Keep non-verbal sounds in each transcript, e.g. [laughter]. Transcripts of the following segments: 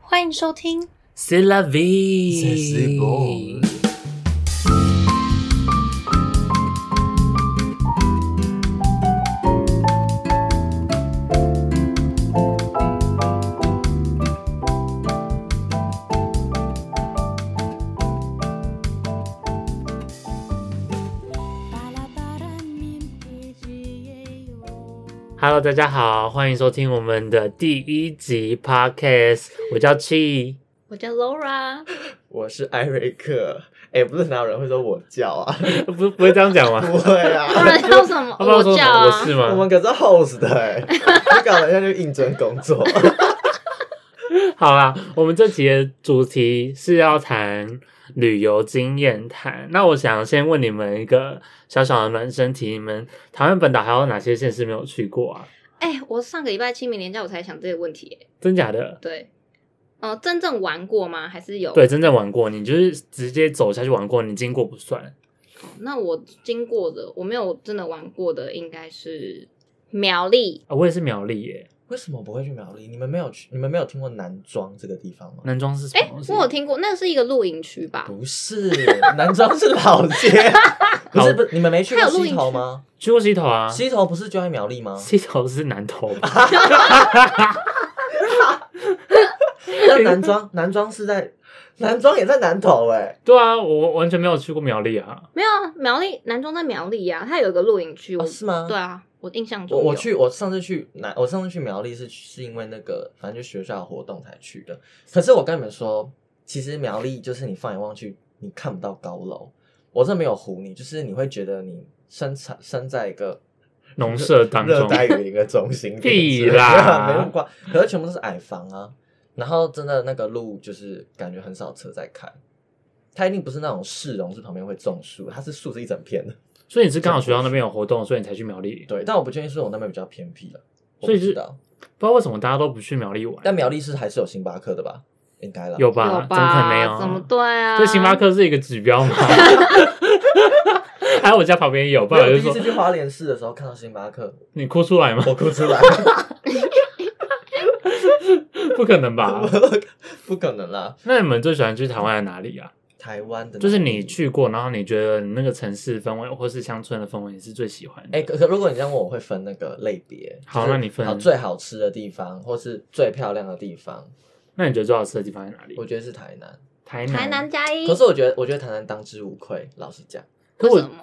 欢迎收听 C'est la vie. C'est si beau. 巴拉巴拉面皮鸡也有。 Hello，大家好，欢迎收听我们的第一集 Podcast。我叫 Chi， [laughs] 我叫 Laura，我是艾瑞克，哎、不是哪有人会说我叫啊？ [laughs] 不不会这样讲吗？不 [laughs] 会啊，不然叫什么？他不我知道说什叫么我啊是。我吗？们可是 host 的哎、你搞了一下就应征工作，好啦，我们这集的主题是要谈旅游经验谈。那我想先问你们一个小小的暖身题：你们台湾本岛还有哪些县市没有去过啊？哎、我上个礼拜清明年假我才想这个问题、哎真假的？对，呃，真正玩过吗？还是有？对，真正玩过，你就是直接走下去玩过，你经过不算。哦那我经过的，我没有真的玩过的，应该是苗栗。啊，我也是苗栗耶， [laughs] 为什么不会去苗栗？你们没有去？你们没有听过南庄这个地方 [laughs] 吗？南庄哦是什哎、么东西？我有听过，那是一个露营区吧？不是，南庄是 [laughs] 老街，不是不是，你们没去过还有露西营头区吗？去过溪头啊？西头不是就在苗栗吗？西头是南头吧？ [laughs] 那南庄，南庄是在南庄也在南头哎、对啊，我完全没有去过苗栗啊。没有啊，苗栗南庄在苗栗啊，它有一个露营区。我、哦是吗对啊，我印象中我我有去我上次去南我上次去苗栗是是因为那个反正就学校活动才去的。可是我跟你们说，其实苗栗就是你放眼望去，你看不到高楼。我这没有唬你，就是你会觉得你身产身在一个农舍当中热带雨林的中 [laughs] 心屁点之类的啦 [laughs] 没那么高，可是全部都是矮房啊。然后真的那个路就是感觉很少车在开，它一定不是那种市容，是旁边会种树，它是树是一整片的。所以你是刚好学校那边有活动，所以你才去苗栗。对，但我不确定是我那边比较偏僻了，我所以不是知道。不知道为什么大家都不去苗栗玩，但苗栗市还是有星巴克的吧？应该啦。有有吧？吧？怎么可能没有？怎么对啊？所以星巴克是一个指 [laughs] 标嘛？还有我家旁边也有，没爸有。爸我就第说一次去花莲市的时候看到星巴克，你哭出来吗？我哭出 [laughs] 来。不可能吧？不可能啦！那你们最喜欢去台湾的哪里 [laughs] 啊？台湾的就是你哪里。去过，然后你觉得你那个城市氛围或是乡村的氛围，你是最喜欢的？哎、可可如果你这样问，我会分那个类别。好就是那你分好最好吃的地方，或是最漂亮的地方，那你觉得最好吃的地方在哪里我？觉得是台南。台南。台南加一可，是我觉得，我觉得台南当之无愧。老实讲，可为我什么？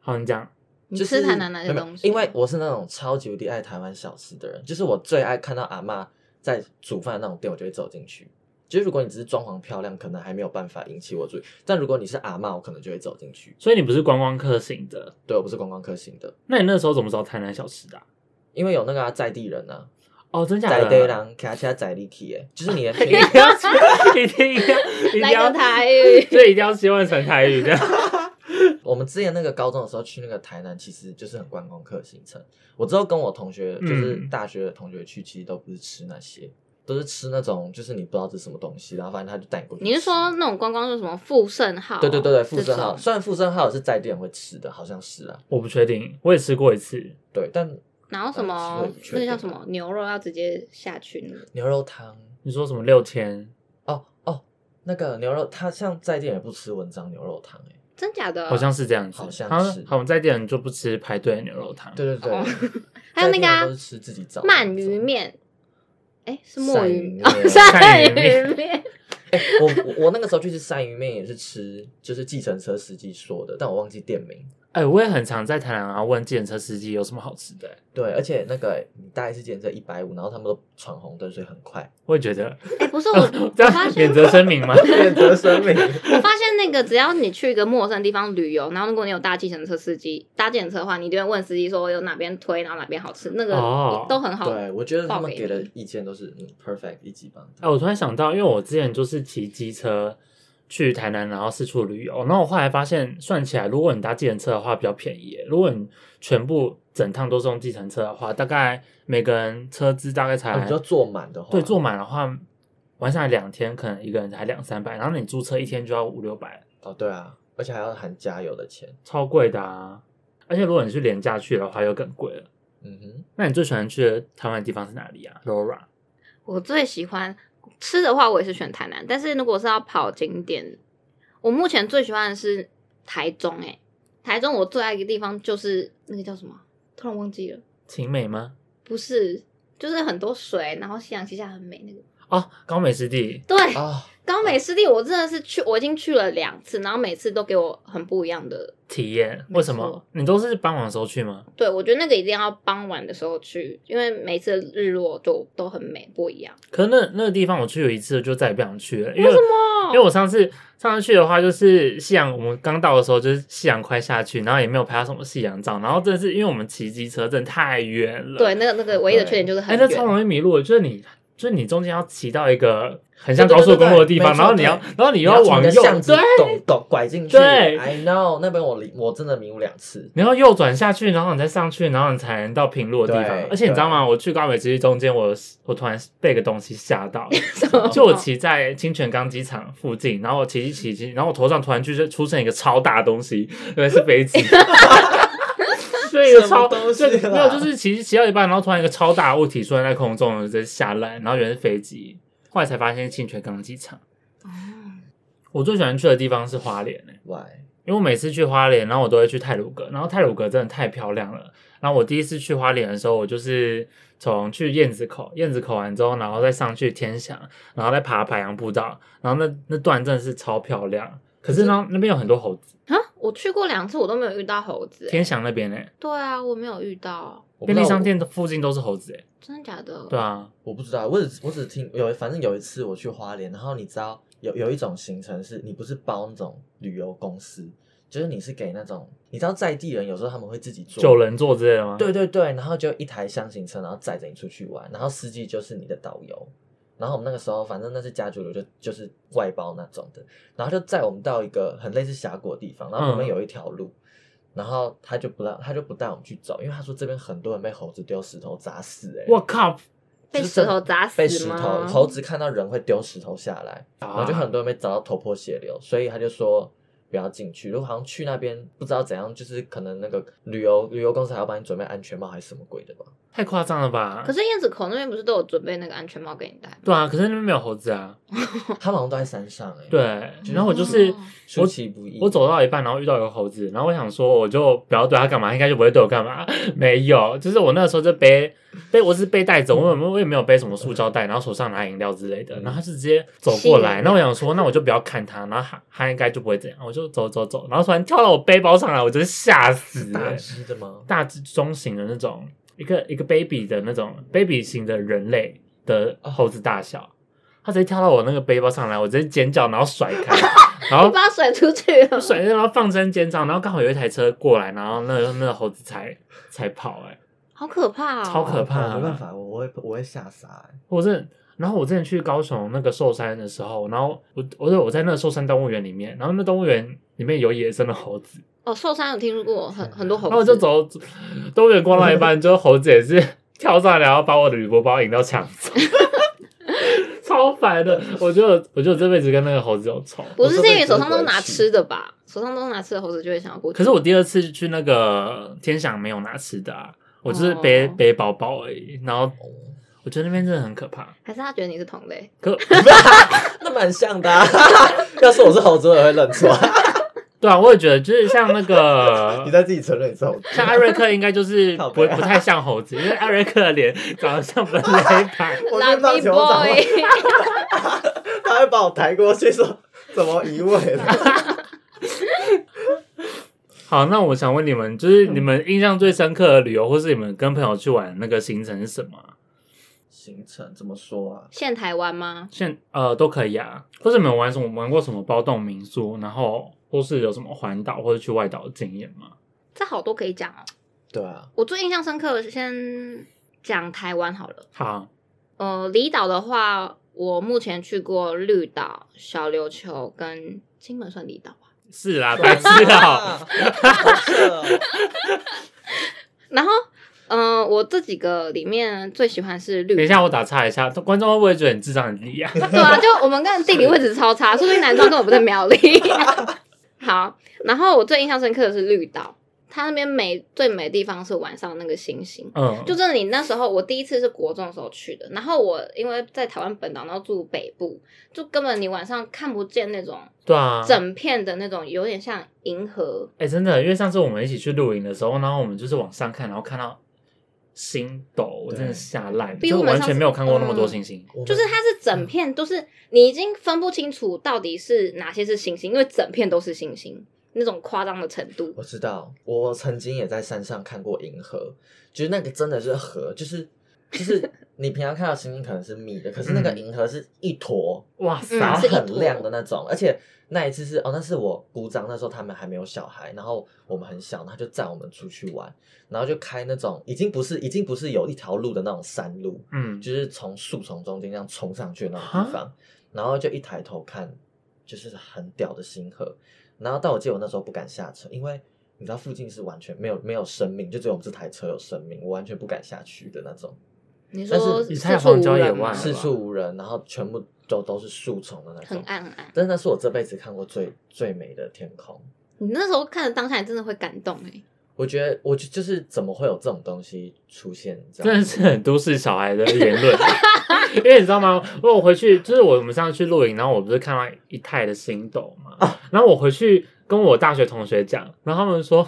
好，你讲。你就是吃台南哪些没有东西？[laughs] 因为我是那种超级无敌爱台湾小吃的人，就是我最爱看到阿嬷在煮饭的那种店，我就会走进去。就是如果你只是装潢漂亮，可能还没有办法引起我注意；但如果你是阿嬷，我可能就会走进去。所以你不是观光客型的，对我不是观光客型的，那你那时候怎么找台南小吃的啊、因为有那个、啊、在地人啊，哦，真假在的？啊地人卡卡在地体，哎，就是 [laughs] 你的一定要去， [laughs] 一定要，一定来要个， [laughs] 台语，所以一定要切换成台语这样。我们之前那个高中的时候去那个台南，其实就是很观光客行程。我之后跟我同学，就是嗯大学的同学去，其实都不是吃那些，都是吃那种就是你不知道这是什么东西，然后反正他就带你过去吃。你是说那种观光是什么富盛号啊？对对对对，附这身号，种虽然附身号是在地人会吃的，好像是啊，我不确定，我也吃过一次，对，但然后什么呃是那个叫确定的什么牛肉要直接下去那个，牛肉汤，你说什么六千，哦哦，那个牛肉，他像在地人也不吃文章牛肉汤、欸，真假的？好像是这样子，好像好是好，我们在店就不吃排队的牛肉汤，哎，，对对对，哦还有在那个地人啊都是吃自己找的鳗那鱼种，面，哎，是墨鳝鱼鱼哦面鳝鳝鱼面鱼面，哎、我我我那个时候去吃鳝鱼面也是吃，就是计程车司机说的，但我忘记店名。哎、我也很常在台南啊问计程车司机有什么好吃的、欸对，而且那个、你大概是计程车一百五，然后他们都闯红灯，所以很快。我也觉得哎，不是哦我，我这发样现免责声明吗？免责声明。我发现那个，只要你去一个陌生地方旅游，然后如果你有搭计程车司机搭计程车的话，你就会问司机说有哪边推，然后哪边好吃，那个哦都很好。对，我觉得他报们给给的你意见都是嗯 perfect 一级棒。哦哎、我突然想到，因为我之前就是骑机车去台南，然后四处旅游。然后我后来发现，算起来，如果你搭计程车的话，比较便宜耶。如果你全部整趟都是用计程车的话，大概每个人车资大概才、啊，你说坐满的话，对坐满的话，玩下来两天可能一个人才两三百，然后你租车一天就要五六百，哦，对啊，而且还要含加油的钱。超贵的啊！而且如果你是廉价去的话，又更贵了。嗯哼，那你最喜欢去的台湾的地方是哪里啊，Laura？我最喜欢吃的话，我也是选台南，但是如果是要跑景点，我目前最喜欢的是台中、欸。哎，台中我最爱一个地方就是那个叫什么，突然忘记了，晴美吗？不是，就是很多水，然后夕阳西下很美那个。哦，高美湿地，对，啊，高美湿地我真的是去，我已经去了两次，然后每次都给我很不一样的。体验没为什错么？你都是傍晚的时候去吗？对，我觉得那个一定要傍晚的时候去，因为每次的日落都都很美，不一样。可是那那个地方我去有一次，就再也不想去了，因为为什么因为我上次上次去的话，就是夕阳，我们刚到的时候就是夕阳快下去，然后也没有拍到什么夕阳照，然后真的是因为我们骑机车真的太远了，对，，那个那个唯一的缺点就是哎、很那远。超容易迷路的，就是你就是你中间要骑到一个很像对高对速公路的对对地方，没然后错你要对然后你你要从往一个右巷子对。懂懂拐进去。对，I know，那边我离我真的迷路两次。你要右转下去，然后你再上去，然后你才能到平路的地方对。而且你知道吗？我去高美之地中间，我我突然被一个东西吓到，什 [laughs] 么就我骑在清泉岗机场附近，然后我骑骑骑骑，然后我头上突然就是出现一个超大的东西，原来是飞机。 [laughs] 对，一个超什么东西就啦没有，就是骑骑到一半，然后突然一个超大的物体出现在空中，直接下来，然后原来是飞机。后来才发现是清泉岗机场。我最喜欢去的地方是花莲、欸 Why？因为我每次去花莲，然后我都会去泰鲁阁，然后泰鲁阁真的太漂亮了。然后我第一次去花莲的时候，我就是从去燕子口，燕子口完之后，然后再上去天祥，然后再爬排阳步道，然后那那段真的是超漂亮。可是呢，那边有很多猴子，啊，我去过两次，我都没有遇到猴子、欸。天祥那边呢、对啊，我没有遇到，我不便知利道商店的附近都是猴子、欸，真的假的？对啊，我不知道，我只我只听有，反正有一次我去花莲，然后你知道有有一种行程是你不是包那种旅游公司，就是你是给那种你知道在地人有时候他们会自己做九人座之类的吗？对对对，然后就一台箱型车，然后载着你出去玩，然后司机就是你的导游。然后我们那个时候，反正那是家族旅游，就就是外包那种的，然后就载我们到一个很类似峡谷的地方，然后旁嗯边有一条路，然后他就不让他就不带我们去走，因为他说这边很多人被猴子丢石头砸死、欸，我靠，被就是石头砸死被石头，吗？猴子看到人会丢石头下来，啊然后就很多人被砸到头破血流，所以他就说不要进去。如果好像去那边不知道怎样，就是可能那个旅游旅游公司还要帮你准备安全帽还是什么鬼的吧？太夸张了吧？可是燕子口那边不是都有准备那个安全帽给你戴吗？对啊，可是那边没有猴子啊。他们好像都在山上哎、欸，对，，然后我就是。哦出其不意。我走到一半，然后遇到一个猴子，然后我想说，我就不要对它干嘛，应该就不会对我干嘛。 [laughs] 没有，就是我那时候就背背，我是背带走，我也没我也没有背什么塑胶袋，然后手上拿饮料之类的，嗯然后它是直接走过吸来，引那我想说，那我就不要看它，然后它它应该就不会怎样，我就走走走，然后突然跳到我背包上来，我真是吓死了大，只的吗？ [laughs] 大致中型的那种，一个一个 baby 的那种 baby 型的人类的猴子大小，它直接跳到我那个背包上来，我直接尖叫，然后甩开，然后你。把它甩出去了，甩，然后放声尖叫，然后刚好有一台车过来，然后那那个猴子才才跑、欸，哎，好可怕哦！超可怕啊我没办法，我我会我会吓傻、欸。我真的。然后我之前去高雄那个寿山的时候，然后我我我在那个寿山动物园里面，然后那动物园里面有野生的猴子，哦，受伤有听过很很多猴然子，后我就走动物园逛到一半，就猴子也是跳上来，然后把我的铝箔包饮料抢走，超烦的。我觉得我觉得我这辈子跟那个猴子有仇。不是我是这辈因为子都手上不都会拿去吃的吧？手上都拿吃的，猴子就会想要过去。可是我第二次去那个天祥没有拿吃的啊，我就是背、哦背包包而已，然后我觉得那边真的很可怕。还是他觉得你是同类，可 [laughs] 那蛮像的、啊， [laughs] 要是我是猴子，我也会认错。对啊，我也觉得就是像那 [laughs] 你个。在自己承认你是猴子，像艾瑞克应该就是靠不北啊不太像猴子，因为艾瑞克的脸长得像本垒 [laughs] 板，我拉就棒 B 球掌， boy， [laughs] 他会把我抬过去说怎么移位了。好，那我想问你们，就是你们印象最深刻的旅游，或是你们跟朋友去玩那个行程是什么啊？行程怎么说啊？现台湾吗？现呃都可以啊，或是你们玩什么玩过什么包栋民宿，然后或是有什么环岛或者去外岛的经验吗？这好多可以讲哦。对啊，我最印象深刻的，先讲台湾好了。好，呃，离岛的话，我目前去过绿岛、小琉球跟金门，算离岛吧。是啦，白痴啊、 [laughs] 好扯哦然后，嗯、我这几个里面最喜欢是等一绿岛。下我打岔一下，观众会不会觉得你智商很 [laughs] 低啊？对啊，就我们跟地理位置超差， [laughs] 说不定南庄根本不在苗栗。好，然后我最印象深刻的是绿岛，它那边美最美的地方是晚上那个星星。嗯，就是你那时候，我第一次是国中的时候去的，然后我因为在台湾本岛，然后住北部，就根本你晚上看不见那种对啊，整片的那种，有点像银河，哎、真的，因为上次我们一起去露营的时候，然后我们就是往上看，然后看到星斗，我真的吓烂，比就我们完上全次没有看过那么多嗯星星。我们就是它是整片都是，你已经分不清楚到底是哪些是星星，因为整片都是星星那种夸张的程度。我知道，我曾经也在山上看过银河，就是那个真的是河，就是就是你平常看到星星可能是密的，可是那个嗯银河是一坨，哇塞，然嗯后是一很坨亮的那种。而且那一次是哦，那是我姑丈那时候他们还没有小孩，然后我们很小，他就载我们出去玩，然后就开那种已经不是已经不是有一条路的那种山路，嗯，就是从树丛中间这样冲上去的那种地方，然后就一抬头看，就是很屌的星河。然后但我记得我那时候不敢下车，因为你知道附近是完全没有没有生命，就只有我们这台车有生命，我完全不敢下去的那种，你但是说以四太处荒无郊野人外吗，了四处无人，然后全部都都是树丛的那很种。暗很暗。但是那是我这辈子看过最最美的天空。你那时候看的当下，你真的会感动哎、我觉得，我就就是怎么会有这种东西出现？你知道真吗的是很都市小孩的言论。 [laughs] 因为你知道吗？我有回去就是我们上次去露营，然后我不是看到一太的星斗嘛，然后我回去跟我大学同学讲，然后他们说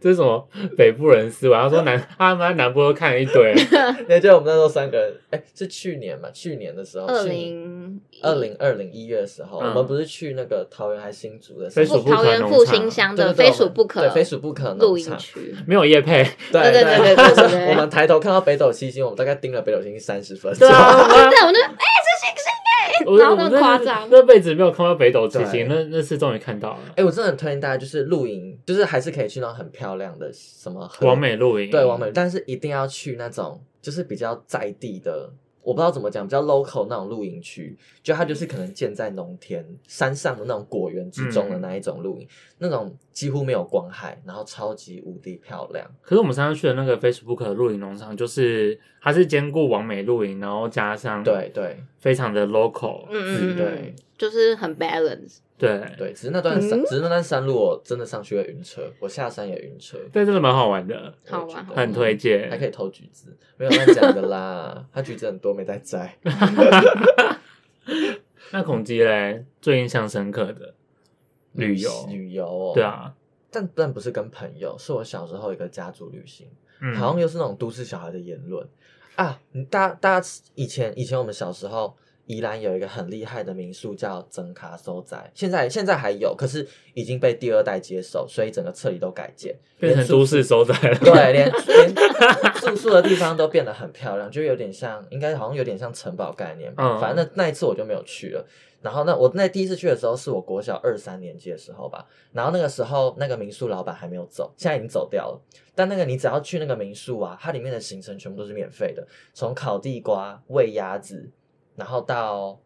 这是什么北部人思维，他说南他们在南部都看了一堆， [laughs] 那就我们那时候三个人，哎、是去年嘛？去年的时候，二去年零二零二零一月的时候，嗯我们不是去那个桃园还新竹的非山属上，不可桃园农复场兴乡对的对对非属不可对非属不可露农营场，区，没有叶配，对对对对对对对对 [laughs] 我们抬头看到北斗七星，我们大概盯了北斗七星三十分钟对， [laughs] 啊，我们对，我们就哎、这星星哎、我然后我那么真的夸是张，那辈子没有看到北斗七对星，那那次终于看到了哎、。我真的很推荐大家，就是露营，就是还是可以去那种很漂亮的什么河完，美露营，对完美，，但是一定要去那种就是比较在地的，我不知道怎么讲，比较 local 那种露营区，就它就是可能建在农田山上的那种果园之中的嗯那一种露营，那种几乎没有光害，然后超级无敌漂亮。可是我们上次去的那个 Facebook 的露营农场，就是它是兼顾完美露营，然后加上对对非常的 local，嗯嗯嗯对嗯，就是很 balance。对，对，只是那段山，嗯只是那段山路，我真的上去会晕车，我下山也晕车，但真的蛮好玩的，我也好玩觉得好玩很推荐。嗯还可以偷橘子，没有乱讲的啦，他橘子很多没在摘。那孔基嘞，最印象深刻的 [laughs] 旅游，旅游、哦，对，啊，但但不是跟朋友，是我小时候一个家族旅行，嗯，好像又是那种都市小孩的言论啊！你大大家以前以前我们小时候，宜兰有一个很厉害的民宿叫真卡收仔，现在现在还有，可是已经被第二代接手，所以整个彻底都改建，变成连宿都市收窄了，对，连连住宿的地方都变得很漂亮，就有点像，应该好像有点像城堡概念吧。嗯反正那那一次我就没有去了。然后那我那第一次去的时候是我国小二三年级的时候吧，然后那个时候那个民宿老板还没有走，现在已经走掉了。但那个你只要去那个民宿啊，它里面的行程全部都是免费的，从烤地瓜、喂鸭子，然后到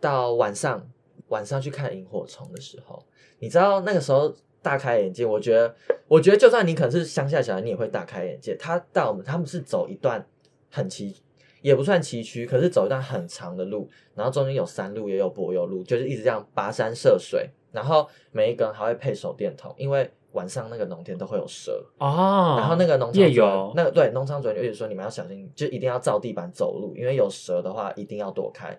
到晚上晚上去看萤火虫的时候，你知道那个时候大开眼界。我觉得，我觉得就算你可能是乡下小孩，你也会大开眼界。他带我们，他们是走一段很崎，也不算崎岖，可是走一段很长的路，然后中间有山路也有柏油路，就是一直这样跋山涉水。然后每一个人还会配手电筒，因为晚上那个农田都会有蛇。哦，然后那个农场主夜人游，那个对农场主任就一直说你们要小心，就一定要照地板走路，因为有蛇的话一定要躲开。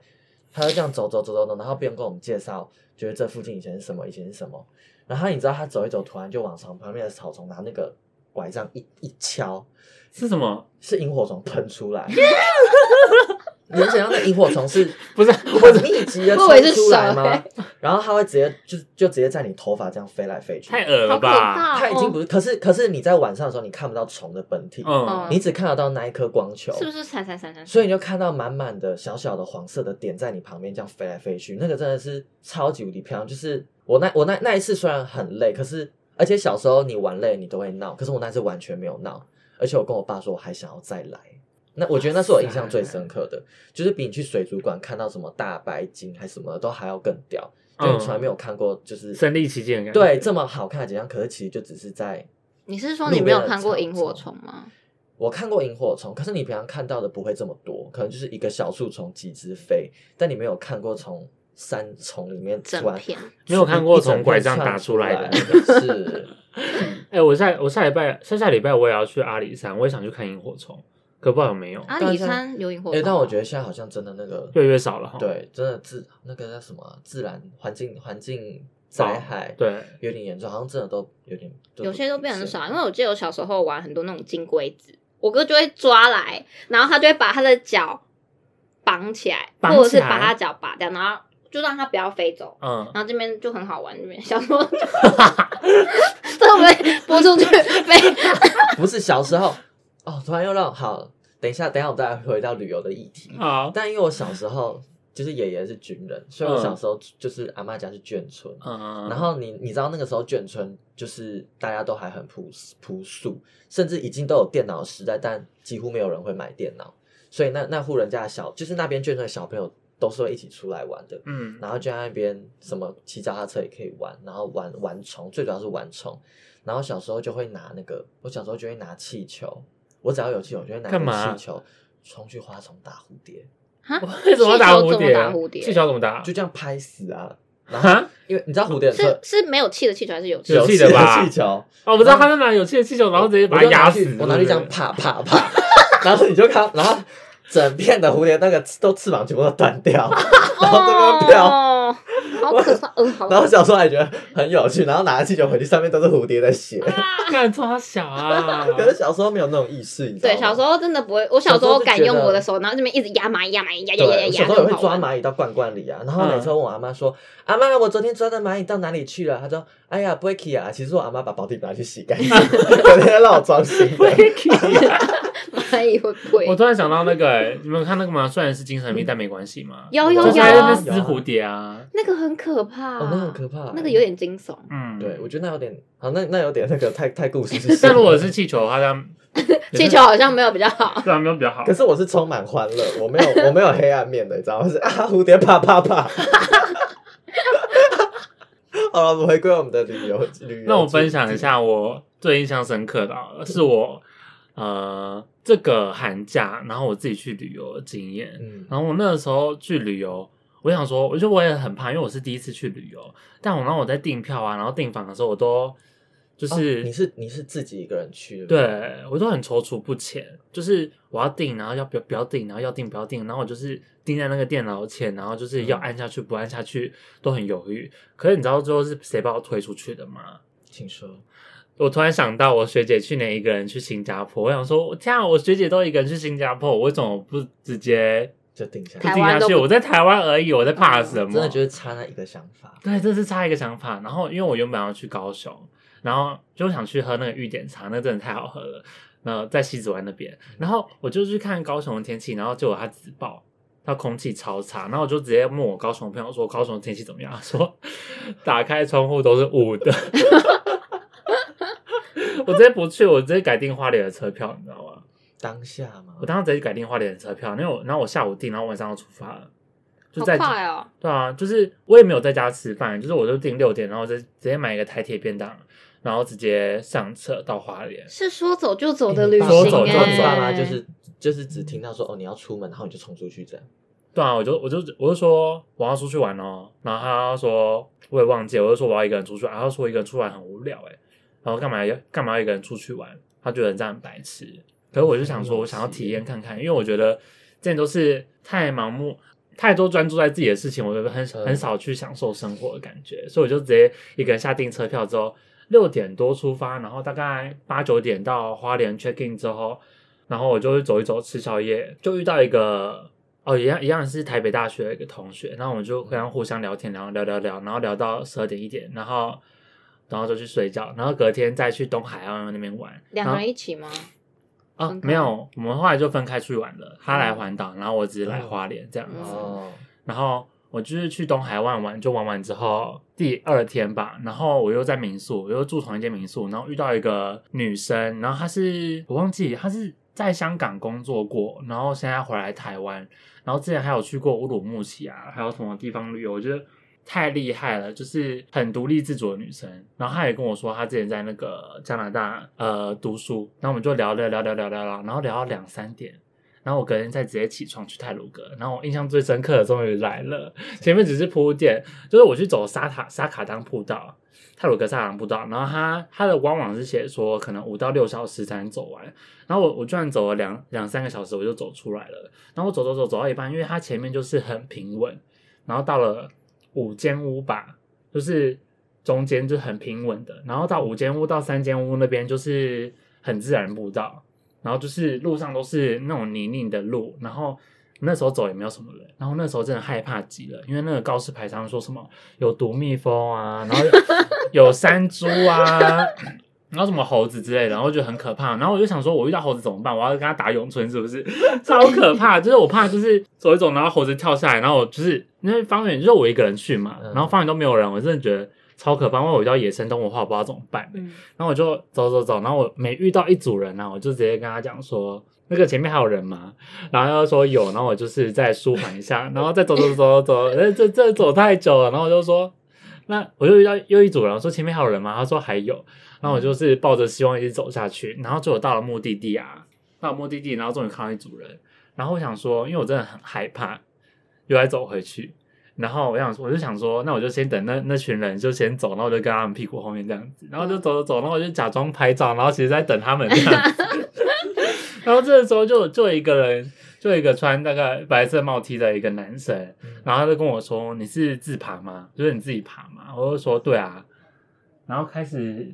他就这样走走走走走，然后边跟我们介绍，觉得这附近以前是什么，以前是什么。然后你知道他走一走，突然就往从旁边的草丛拿那个拐杖一一敲，是什么？是萤火虫喷出来。你能想象那萤火 [laughs] 虫是不是，很密集的我以为冲是出来蛇吗欸？然后它会直接就就直接在你头发这样飞来飞去。哦太恶了好可吧？怕它已经不是，可是可是你在晚上的时候，你看不到虫的本体，嗯，嗯你只看得到那一颗光球，是不是闪闪闪闪？所以你就看到满满的小小的黄色的点在你旁边这样飞来飞去，那个真的是超级无敌漂亮。就是我那我那那一次虽然很累，可是而且小时候你玩累你都会闹，可是我那次完全没有闹，而且我跟我爸说我还想要再来。那我觉得那是我印象最深刻的，就是比你去水族馆看到什么大白鲸还是什么的都还要更屌，就你嗯从来没有看过就是身临其境的感觉，对这么好看的景象，可是其实就只是在你是说你没有看过萤火虫吗？我看过萤火虫，可是你平常看到的不会这么多，可能就是一个小树从几只飞，但你没有看过从山丛里面整钻，片没有看过一整从拐片杖窜打出来的那来 [laughs] 是， [laughs] 哎、我下我下礼拜下下礼拜我也要去阿里山，我也想去看萤火虫，可不知道有没有，阿但啊里是山有萤火哎、虫吗，但我觉得现在好像真的那个，越来越少了哈。对，真的自那个叫什么啊自然环境环境灾害，，对，有点严重，好像真的都有点，都有不些都变很见少，因为我记得我小时候玩很多那种金龟子，我哥就会抓来，然后他就会把他的脚绑起来，绑或者是起来把他脚拔掉，然后就让他不要飞走。嗯，然后这边就很好玩，这边小时候 [laughs] 就，这我们播出去 [laughs] 飞。不是小时候 [laughs] 哦，突然又让好，等一下，等一下，我再回到旅游的议题。好，但因为我小时候就是爷爷是军人，所以我嗯小时候就是阿妈家是眷村。嗯，然后你你知道那个时候眷村就是大家都还很朴朴素，甚至已经都有电脑时代，但几乎没有人会买电脑，所以那那户人家的小就是那边眷村的小朋友都是会一起出来玩的，嗯，然后就在那边什么骑脚踏车也可以玩，然后玩玩虫，最主要是玩虫。然后小时候就会拿那个，我小时候就会拿气球，我只要有气球，我就会拿干那嘛啊个气球冲去花丛打蝴蝶，哈 [laughs] 为什么要打气球蝴怎么蝶？啊打蝴蝶气球怎么打？就这样拍死啊！然后啊！因为你知道蝴蝶很是特是没有气的气球还是有气？有气气的吧气球，哦，我不知道他在拿有气的气球，然后直哦接把它压死。我拿去这样对不对啪啪啪， [laughs] 然后你就看，然后整片的蝴蝶那个都翅膀全部都断掉， [laughs] 然后这边飘。哦，好可怕，呃，好然后可小时候还觉得很有趣，然后拿着气球回去，上面都是蝴蝶的血。怕。 [laughs] 干抓小啊！可是小时候没有那种意识，你知道对，吗？小时候真的不会，我小时小时候候就敢觉用得我的手，然后这边一直压蚂蚁，压蚂蚁，压压压压对，我压，小时候也很会好抓玩蚂蚁到罐罐里啊，然后嗯每次问我阿妈说：“阿妈，我昨天抓的蚂蚁到哪里去了？”她说：“哎呀，不会去啊。”其实我阿妈把保地拿去洗干净， [laughs] 有天让我装新的。 [laughs] 蚂蚁会不会我？突然想到那个、欸，你们有看那个吗？虽然是精神病，但没关系嘛。有有有就是有他在那边啊，撕蝴蝶啊。那个很可怕，哦，那很可怕，那个有。点惊悚。欸嗯，对，我觉得那有点，好，那那有点那个太太故 [laughs] 事性了。但如果是气球的话，嗯它气球好像没有比较好，虽然没有比较好 [laughs] 可，是我是充满欢乐，我没有我没有黑暗面的，你知道吗？是啊，蝴蝶啪啪啪。 [laughs] 好了，我们回归我们的旅游旅游。那我分享一，下我最印象深刻的好了，是我呃这个寒假，然后我自己去旅游的经验。嗯，然后我那个时候去旅游，我想说，我觉得我也很怕，因为我是第一次去旅游。但我然后我在订票啊，然后订房的时候，我都就哦是、你是你是自己一个人去的，不，对我都很踌躇不前，就是我要订，然后要不要不要订，然后要订不要订，然后我就是订在那个电脑前，然后就是要嗯按下去不按下去都很犹豫。可是你知道最后是谁把我推出去的吗？请说。我突然想到，我学姐去年一个人去新加坡，我想说，天啊，我学姐都一个人去新加坡，我为什么不直接就定下不台来，定湾下都去？不嗯我在台湾而已，我在怕什么？真的就是差那一个想法。对，这是差一个想法。然后因为我原本要去高雄，然后就想去喝那个玉典茶，那真的太好喝了。呃，在西子湾那边，然后我就去看高雄的天气，然后结果它自爆，它空气超差，然后我就直接问我高雄的朋友说高雄的天气怎么样，他 [laughs] 说打开窗户都是雾的。 [laughs] 我直接不去，我直接改订花莲的车票，你知道吗？当下吗我？当时直接改订花莲的车票，因为我然后我下午订，然后晚上要出发了， [laughs] 就好在快哦！对啊，就是我也没有在家吃饭，就是我就订六点，然后就直接买一个台铁便当，然后直接上车到花莲。是说走就走的旅行说欸，走就走你爸妈嗯就是就是只听到说哦你要出门，然后你就冲出去这样。对啊，我就我就我就说我要出去玩哦，然后他说我也忘记了，我就说我要一个人出去玩，然后他说我一个人出去玩很无聊诶、然后干嘛要干嘛要一个人出去玩？他觉得这样很白痴。可是我就想说，我想要体验看看，因为我觉得这都是太盲目、太多专注在自己的事情，我觉得很嗯很少去享受生活的感觉，所以我就直接一个人下订车票之后，六点多出发，然后大概八九点到花莲 check in 之后，然后我就去走一走，吃宵夜，就遇到一个。哦，一样一样是台北大学的一个同学，然后我们就互相互相聊天，聊聊聊聊，然后聊到十二点一点，然后然后就去睡觉，然后隔天再去东海岸那边玩，两然个后人一起吗？啊分，开没有，我们后来就分开去玩了。他来环岛，然后我只是来花莲这样嗯子。哦，然后我就是去东海湾玩，就玩完之后第二天吧，然后我又在民宿，我又住同一间民宿，然后遇到一个女生，然后她是我忘记她是在香港工作过，然后现在回来台湾，然后之前还有去过乌鲁木齐啊，还有什么地方旅游，我觉得。太厉害了，就是很独立自主的女生。然后她也跟我说，她之前在那个加拿大呃读书，然后我们就聊聊聊聊聊聊聊，然后聊到两三点，然后我隔天再直接起床去泰鲁阁，然后我印象最深刻的终于来了，前面只是铺垫，就是我去走沙塔沙卡当步道，泰鲁格萨朗步道，然后它它的官网是写说可能五到六小时才能走完，然后我我居然走了两两三个小时我就走出来了，然后我走走走走到一半，因为它前面就是很平稳，然后到了五间屋吧，就是中间就很平稳的，然后到五间屋到三间屋那边就是很自然步道，然后就是路上都是那种泥泞的路，然后那时候走也没有什么人，然后那时候真的害怕极了，因为那个告示牌上说什么有毒蜜蜂啊，然后有有山猪啊。然后什么猴子之类的，然后就很可怕。然后我就想说，我遇到猴子怎么办？我要跟他打咏春是不是？ [laughs] 超可怕！就是我怕，就是走一走，然后猴子跳下来，然后我就是因为方圆就是我一个人去嘛，嗯然后方圆都没有人，我真的觉得超可怕。因为我遇到野生动物的话，我不知道怎么办。嗯，然后我就走走走，然后我每遇到一组人呢、啊，我就直接跟他讲说，那个前面还有人吗？然后他就说有，然后我就是再舒缓一下，然后再走走走走走，呃，这这走太久了，然后我就说，那我又遇到又一组人，我说前面还有人吗？他说还有，然后我就是抱着希望一直走下去，然后结果到了目的地啊，到了目的地，然后终于看到一组人，然后我想说，因为我真的很害怕，又来走回去。然后我想，我就想说，那我就先等那那群人就先走，然后我就跟他们屁股后面这样子，然后就走走走，然后我就假装拍照，然后其实在等他们这样子。 [laughs] 然后这个时候就就有一个人，就有一个穿大概白色帽 T 的一个男生，然后他就跟我说：“你是自爬吗？就是你自己爬吗？”我就说：“对啊。”然后开始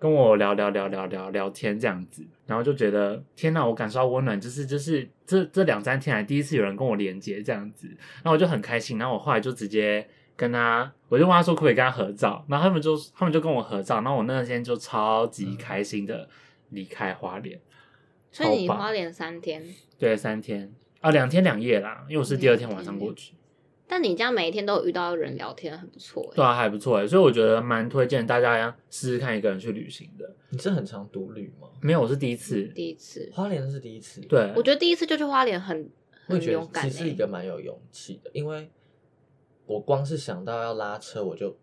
跟我聊聊聊聊聊聊天这样子，然后就觉得天哪，我感受到温暖，就是就是这这两三天来第一次有人跟我连接这样子，然后我就很开心，然后我后来就直接跟他，我就问他说可不可以跟他合照，然后他们就他们就跟我合照，然后我那天就超级开心的离开花莲，所以你超棒花莲三天，对三天啊两天两夜啦，因为我是第二天晚上过去，但你这样每一天都有遇到人聊天，很不错对哎。啊还不错哎，所以我觉得蛮推荐大家试试看一个人去旅行的，你是很常独旅吗？没有我是第一次，嗯第一次，花莲是第一次，，对我觉得第一次就去花莲很我很也觉勇得敢其实是一哎。个蛮有勇气的，因为我光是想到要拉车，我就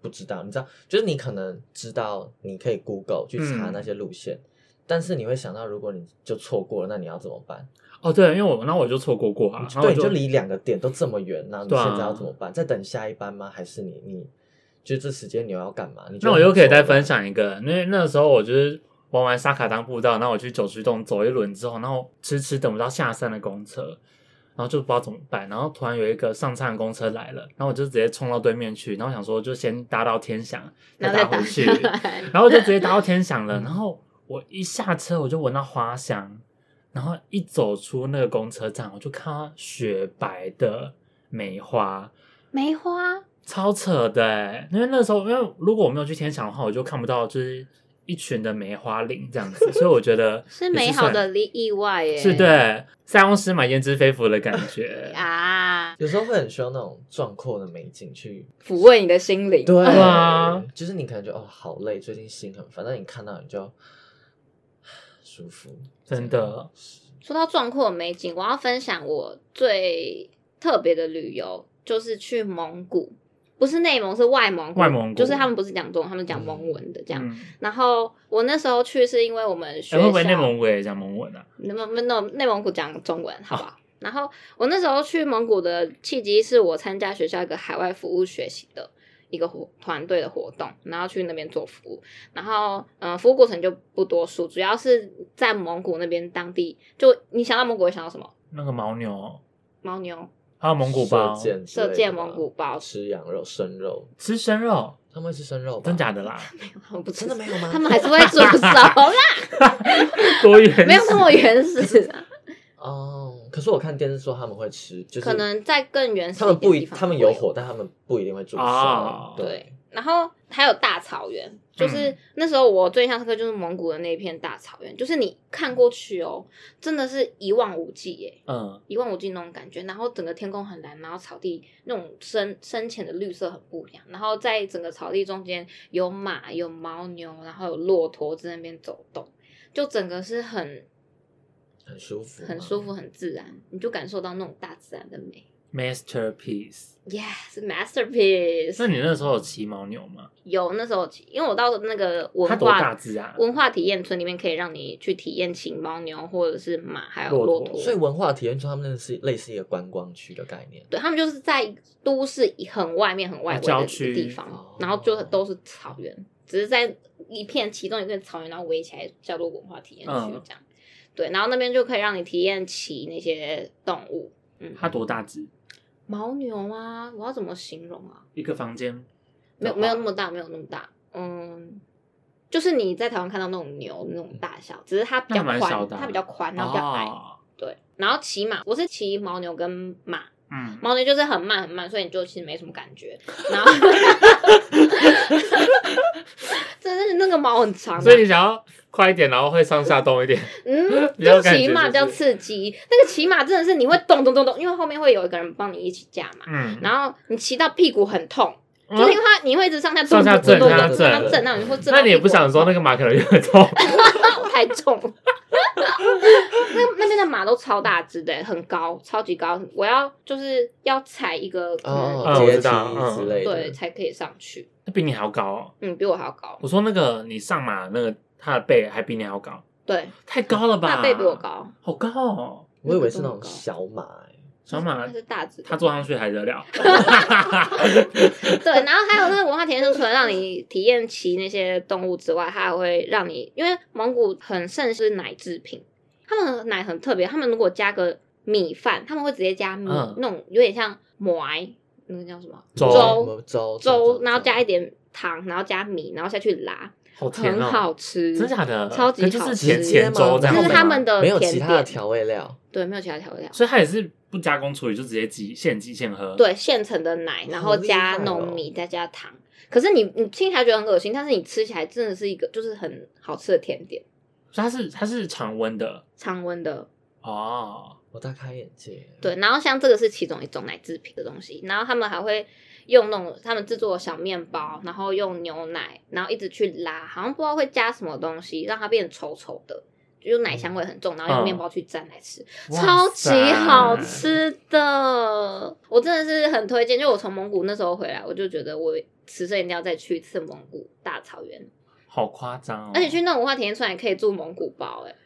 不知道，你知道，就是你可能知道你可以 Google 去嗯查那些路线，但是你会想到，如果你就错过了，那你要怎么办？哦对，因为我那我就错过过啊，然后嗯对，我你就离两个点都这么远，那你对现啊在要怎么办？再等下一班吗？还是你你就这时间你又要干嘛？你觉那得我又很可以错再乱分享一个，因为那时候我就是玩完沙卡当步道，然后我去九曲洞走一轮之后，然后迟迟等不到下山的公车，然后就不知道怎么办，然后突然有一个上山的公车来了，然后我就直接冲到对面去，然后想说就先搭到天祥，再然后再嗯搭打 [laughs] 回去，来，然后就直接搭到天祥了。然后我一下车我就闻到花香，然后一走出那个公车站，我就看到雪白的梅花，梅花，超扯的、欸，因为那时候，因为如果我没有去天祥的话，我就看不到就是一群的梅花林这样子，所以我觉得 [laughs] 是也美算好的意意外欸耶，是对塞翁失马焉知非福的感觉， [laughs] 啊，有时候会很需要那种壮阔的美景去，抚慰你的心灵。对啊，就是你可能就哦好累，最近心很烦，但你看到你就舒服，真的说到壮阔美景，我要分享我最特别的旅游，就是去蒙古，不是内蒙，是外蒙古。外蒙古就是他们不是讲中文，他们讲蒙文的这样。嗯，然后我那时候去是因为我们学哎校，会不会内蒙古也讲蒙文啊？内蒙内蒙内蒙古讲中文，好不好？然后我那时候去蒙古的契机是我参加学校一个海外服务学习的一个活团队的活动，然后去那边做服务。然后，嗯、服务过程就不多说，主要是在蒙古那边当地，就你想到蒙古会想到什么？那个牦牛，牦牛、还有蒙古包，射箭之类射的箭、吧蒙古包，吃羊肉、生肉，吃生肉，他们会吃生肉吧？真？假的 [laughs] 啦？我不知真的 [laughs] 道，没有吗？他们还是会煮熟啦，多原始没有那么原始啊，哦，可是我看电视说他们会吃，就是可能在更原始他一们点不的一，地方他们会有火，但他们不一定会煮熟。哦对，然后还有大草原，就是嗯那时候我最印象深刻就是蒙古的那一片大草原，就是你看过去哦，真的是一望无际耶，嗯，一望无际那种感觉。然后整个天空很蓝，然后草地那种深深浅的绿色很不一样。然后在整个草地中间有马、有牦牛，然后有骆驼在那边走动，就整个是很很舒服，很舒服、。很自然，你就感受到那种大自然的美。 masterpiece， Yes, masterpiece。那你那时候有骑牦牛吗？有那时候，因为我到那个它文多大化只啊？文化体验村里面，可以让你去体验骑牦牛或者是马，还有骆骆驼驼。所以文化体验村他们那是类似一个观光区的概念。对他们就是在都市很外面、很外围啊郊的区地方，哦然后就都是草原，只是在一片其中一片草原，然后围起来叫做文化体验区嗯这样。对，然后那边就可以让你体验骑那些动物，嗯，它多大只？牦牛啊，我要怎么形容啊？一个房间没的有话没有那么大，没有那么大，嗯。就是你在台湾看到那种牛那种大小，只是它比较那蛮宽，小的啊它比较宽，然后比较矮，哦对。然后骑马，我是骑牦牛跟马，嗯，牦牛就是很慢很慢，所以你就其实没什么感觉。然后， [laughs] 真是那个毛很长、啊，所以你想要快一点，然后会上下动 [laughs] 一点。 [laughs] 嗯，比较就有感觉骑马比较就是刺激。那个骑马真的是你会咚咚咚咚，因为后面会有一个人帮你一起架嘛，嗯，然后你骑到屁股很痛，嗯就是因为它你会一直上下上下咚咚咚咚咚震上下咚震震到你会震到屁股很痛，那你也不想说那个马可能越 [laughs] 重？ [laughs] 太重了。那那边的马都超大只的，很高，超级高。我要就是要踩一个可能嗯哦，我阶知梯道嗯之类的。对，才可以上去。它比你还要高哦。嗯，比我还要高。我说那个你上马那个，它的背还比你还要高，对，太高了吧？大背比我，高，好高哦。我以为是那种小马、欸，小马他是大只。它坐上去还得了？ [laughs] 对，然后还有那个文化体验村，除了让你体验骑那些动物之外，它还会让你，因为蒙古很盛是奶制品，他们的奶很特别，他们如果加个米饭，他们会直接加米，嗯那种有点像馍，那个叫什么粥粥粥粥，然后加一点糖，然后加米，然后下去拉，好甜很哦，好吃，真假的？超级可就好是吃前前粥这样这是子吗，他们的没有甜其他的点调味料，对，没有其他调味料。所以它也是不加工处理，就直接挤现挤现喝。，对，现成的奶，然好后厉加害糯哦米，再加糖。可是你你听起来觉得很恶心，但是你吃起来真的是一个就是很好吃的甜点，所以它是它是常温的常温的。哦。我大开眼界。对，然后像这个是其中一种奶制品的东西，然后他们还会用那种他们制作的小面包，然后用牛奶，然后一直去拉，好像不知道会加什么东西让它变稠稠的，就奶香味很重，然后用面嗯包去蘸来吃，哇超级塞好！吃的，我真的是很推荐。就我从蒙古那时候回来，我就觉得我此生一定要再去一次蒙古大草原，好夸张哦！而且去那种文化体验村也可以住蒙古包、欸，哎，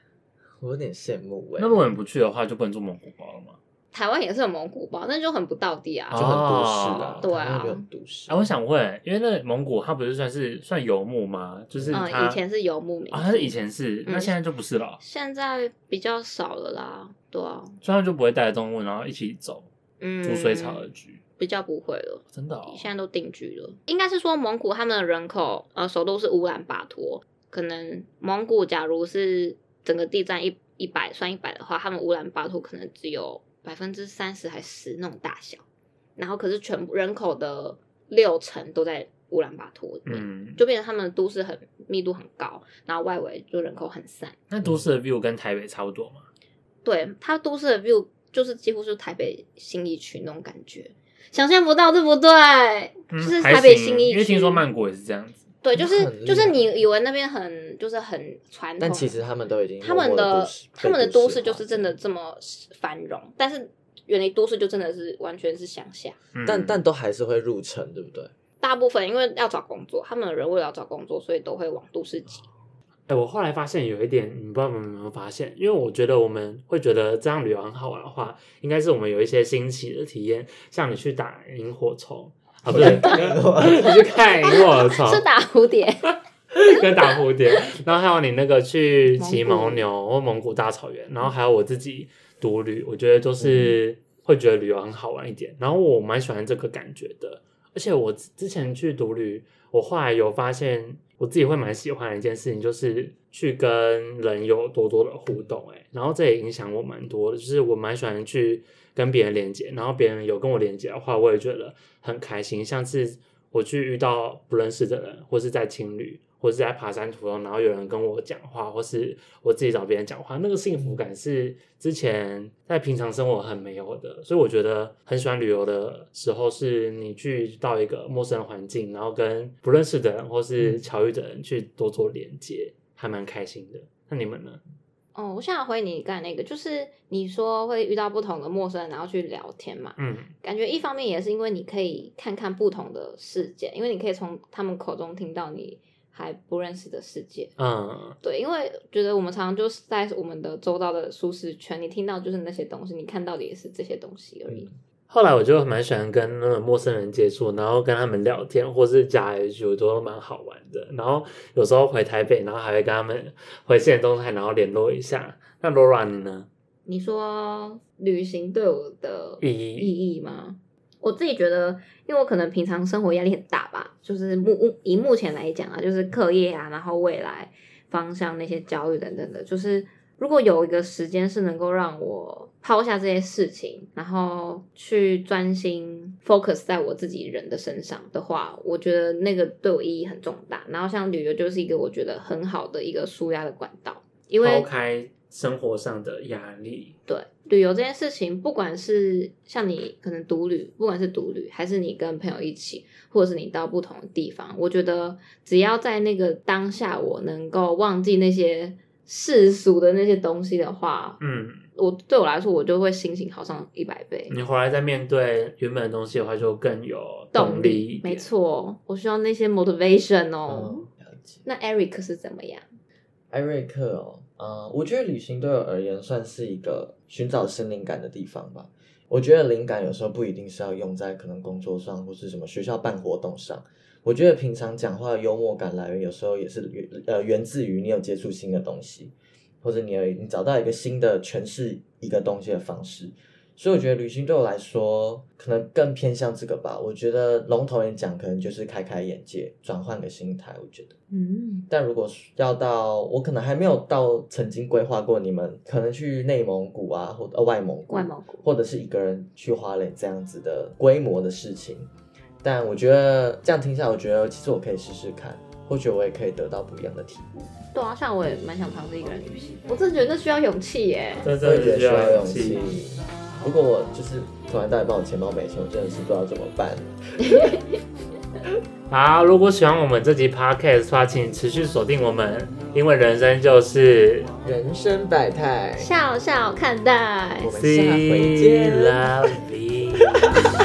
我有点羡慕哎、那如果你不去的话，就不能住蒙古包了吗？台湾也是有蒙古包，但就很不到地啊。就很都市哦啊，对啊台湾就很都市。啊，我想问，因为那蒙古它不是算是算游牧吗？就是嗯，它以前是游牧民啊，族它是以前是，那嗯现在就不是了，啊现在比较少了啦，对啊，所以它就不会带着动物，然后一起走，嗯，逐水草而居，比较不会了。真的哦。现在都定居了，应该是说蒙古他们的人口，呃，首都是乌兰巴托。可能蒙古假如是整个地占一一百算一百的话，他们乌兰巴托可能只有百分之三十还十那种大小，然后可是全部人口的六成都在乌兰巴托里面，嗯，就变成他们的都市很密度很高，然后外围就人口很散。那都市的 view 跟台北差不多吗？对，它都市的 view 就是几乎是台北新一区那种感觉，想象不到对不对？嗯就是还台北行新一区，因为听说曼谷也是这样子，对，就是很就是你厉害以为那边很就是很传统，但其实他们都已经他们默默地的都市他们的被都都市市就化是真的这么繁荣，但是远离都市就真的是完全是乡下。嗯但但都还是会入城，对不对？大部分因为要找工作，他们的人为了要找工作，所以都会往都市挤。哎、我后来发现有一点，你不知道你们有没有发现？因为我觉得我们会觉得这样旅游很好玩的话，应该是我们有一些新奇的体验，像你去打萤火虫啊，不对， [laughs] 你去看萤火虫， [laughs] 是打蝴蝶， [laughs] 跟打蝴蝶，然后还有你那个去骑蒙古嗯牦牛或蒙古大草原，然后还有我自己独旅，我觉得就是会觉得旅游很好玩一点，然后我蛮喜欢这个感觉的。而且我之之前去独旅，我后来有发现我自己会蛮喜欢的一件事情，就是去跟人有多多的互动、欸，哎，然后这也影响我蛮多的，就是我蛮喜欢去跟别人连接，然后别人有跟我连接的话，我也觉得很开心。像是我去遇到不认识的人，或是在情侣，或是在爬山途中，然后有人跟我讲话，或是我自己找别人讲话，那个幸福感是之前在平常生活很没有的。所以我觉得很喜欢旅游的时候，是你去到一个陌生的环境，然后跟不认识的人或是巧遇的人去多做连接，还蛮开心的。那你们呢？哦，我想回你刚才那个，就是你说会遇到不同的陌生人，然后去聊天嘛，嗯，感觉一方面也是因为你可以看看不同的世界，因为你可以从他们口中听到你还不认识的世界。嗯，对，因为觉得我们常常就是在我们的周遭的舒适圈，你听到就是那些东西，你看到的也是这些东西而嗯已。后来我就蛮喜欢跟那种陌生人接触，然后跟他们聊天，或是加 H，我都蛮好玩的。然后有时候回台北，然后还会跟他们回现东海，然后联络一下。那 Laura 你呢？你说旅行对我的意义意义吗？我自己觉得，因为我可能平常生活压力很大吧，就是目以目前来讲啊，就是课业啊，然后未来方向那些焦虑等等的，就是如果有一个时间是能够让我抛下这些事情，然后去专心 focus 在我自己人的身上的话，我觉得那个对我意义很重大。然后像旅游就是一个我觉得很好的一个舒压的管道，因为抛开生活上的压力，对，旅游这件事情，不管是像你可能独旅，不管是独旅，还是你跟朋友一起，或者是你到不同的地方，我觉得只要在那个当下，我能够忘记那些世俗的那些东西的话，嗯，我对我来说，我就会心情好上一百倍。你回来再面对原本的东西的话，就更有动力一点。没，错，我需要那些 motivation 哦。嗯，了解。那 Eric 是怎么样？艾瑞克哦，呃，我觉得旅行对我而言算是一个寻找新灵感的地方吧。我觉得灵感有时候不一定是要用在可能工作上或是什么学校办活动上。我觉得平常讲话的幽默感来源有时候也是源呃源自于你有接触新的东西，或者你有你找到一个新的诠释一个东西的方式。所以我觉得旅行对我来说，可能更偏向这个吧。我觉得笼统一点讲，可能就是开开眼界，转换个心态。我觉得。嗯，但如果是要到我可能还没有到曾经规划过你们可能去内蒙古啊，或呃外蒙古，外毛骨。或者是一个人去花莲这样子的规模的事情。但我觉得这样听下来，我觉得其实我可以试试看，或许我也可以得到不一样的体悟。对啊，像我也蛮想尝试一个人旅行，我真的觉得那需要勇气耶。这我也真觉的得是需要勇气气。。如果我就是突然到一半我钱包没钱，我真的是不知道怎么办。好，如果喜欢我们这集 podcast 的话，请持续锁定我们，因为人生就是人生百态，笑笑看待我。们下 See 回见。 love you。